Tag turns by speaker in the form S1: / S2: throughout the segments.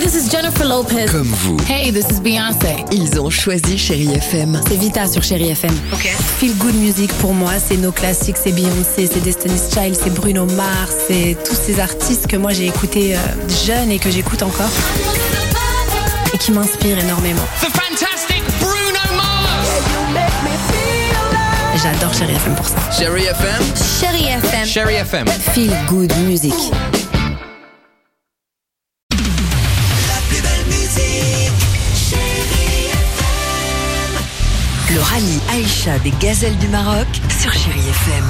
S1: this is Jennifer Lopez.
S2: Comme vous,
S1: Hey, this is Beyoncé.
S3: Ils ont choisi Chérie FM.
S1: C'est Vita sur Chérie FM.
S3: Ok.
S4: Feel Good Music pour moi, c'est nos classiques, c'est Beyoncé, c'est Destiny's Child, c'est Bruno Mars, c'est tous ces artistes que moi j'ai écoutés euh, jeune et que j'écoute encore et qui m'inspirent énormément.
S5: The fantastic Bruno Mars.
S4: J'adore Chérie FM pour ça.
S2: Chérie FM,
S1: Chérie FM.
S5: Sherry FM.
S3: Feel Good Music. Le rallye Aïcha des gazelles du Maroc sur Chérie FM.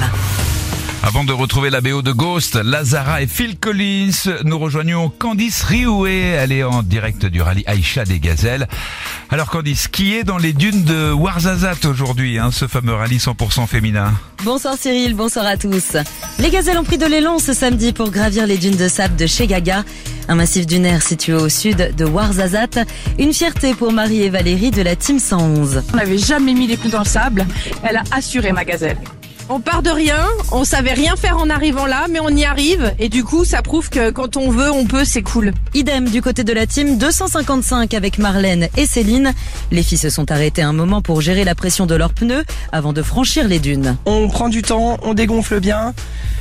S6: Avant de retrouver la BO de Ghost, Lazara et Phil Collins, nous rejoignons Candice Rioué. Elle est en direct du rallye Aïcha des Gazelles. Alors Candice, qui est dans les dunes de Warzazat aujourd'hui, hein, ce fameux rallye 100% féminin
S7: Bonsoir Cyril, bonsoir à tous. Les gazelles ont pris de l'élan ce samedi pour gravir les dunes de sable de Chegaga, un massif dunaire situé au sud de Ouarzazate. Une fierté pour Marie et Valérie de la Team 111.
S8: On n'avait jamais mis les coups dans le sable. Elle a assuré ma gazelle. On part de rien, on savait rien faire en arrivant là, mais on y arrive. Et du coup, ça prouve que quand on veut, on peut, c'est cool.
S7: Idem du côté de la Team 255 avec Marlène et Céline. Les filles se sont arrêtées un moment pour gérer la pression de leurs pneus avant de franchir les dunes.
S9: On prend du temps, on dégonfle bien.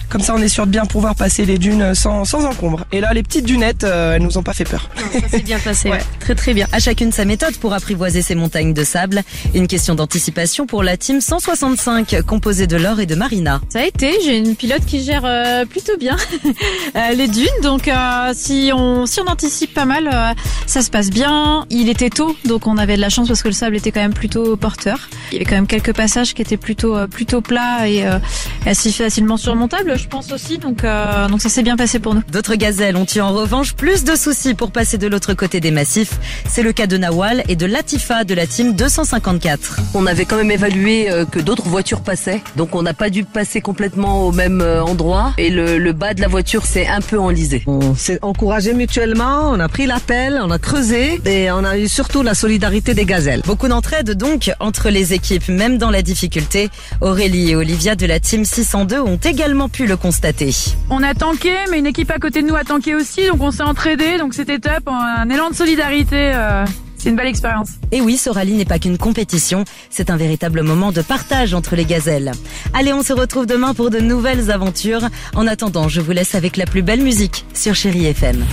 S9: Comme ça, on est sûr de bien pouvoir passer les dunes sans, sans encombre. Et là, les petites dunettes, euh, elles nous ont pas fait peur.
S10: C'est bien passé,
S9: Ouais.
S10: ouais. très très bien.
S7: Eh À chacune sa méthode pour apprivoiser ces montagnes de sable. Une question d'anticipation pour la Team 165 composée de Laure et de Marina.
S10: Ça a été, j'ai une pilote qui gère euh, plutôt bien euh, les dunes, donc euh, si, on, si on anticipe pas mal, euh, ça se passe bien. Il était tôt, donc on avait de la chance parce que le sable était quand même plutôt porteur. Il y avait quand même quelques passages qui étaient plutôt, euh, plutôt plats et euh, assez facilement surmontables, je pense aussi, donc, euh, donc ça s'est bien passé pour nous.
S7: D'autres gazelles ont eu en revanche plus de soucis pour passer de l'autre côté des massifs. C'est le cas de Nawal et de Latifa de la team 254.
S11: On avait quand même évalué euh, que d'autres voitures passaient, donc on n'a pas dû passer complètement au même euh, endroit. Et le, le bas de la voiture s'est un peu enlisé.
S12: On s'est encouragés mutuellement, on a pris l'appel, on a creusé et on a eu surtout la solidarité des gazelles.
S7: Beaucoup d'entraide donc entre les équipes, même dans la difficulté. Aurélie et Olivia de la team 602 ont également pu le constater.
S8: On a tanké, mais une équipe à côté de nous a tanké aussi, donc on s'est entraidés, donc c'était top. Un élan de solidarité, euh, c'est une belle expérience.
S7: Et oui, ce rallye n'est pas qu'une compétition, c'est un véritable moment de partage entre les gazelles. Allez, on se retrouve demain pour de nouvelles aventures. En attendant, je vous laisse avec la plus belle musique sur Chérie FM.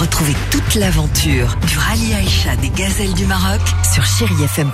S3: Retrouvez toute l'aventure du rallye Aïcha des gazelles du Maroc sur chérifm.com.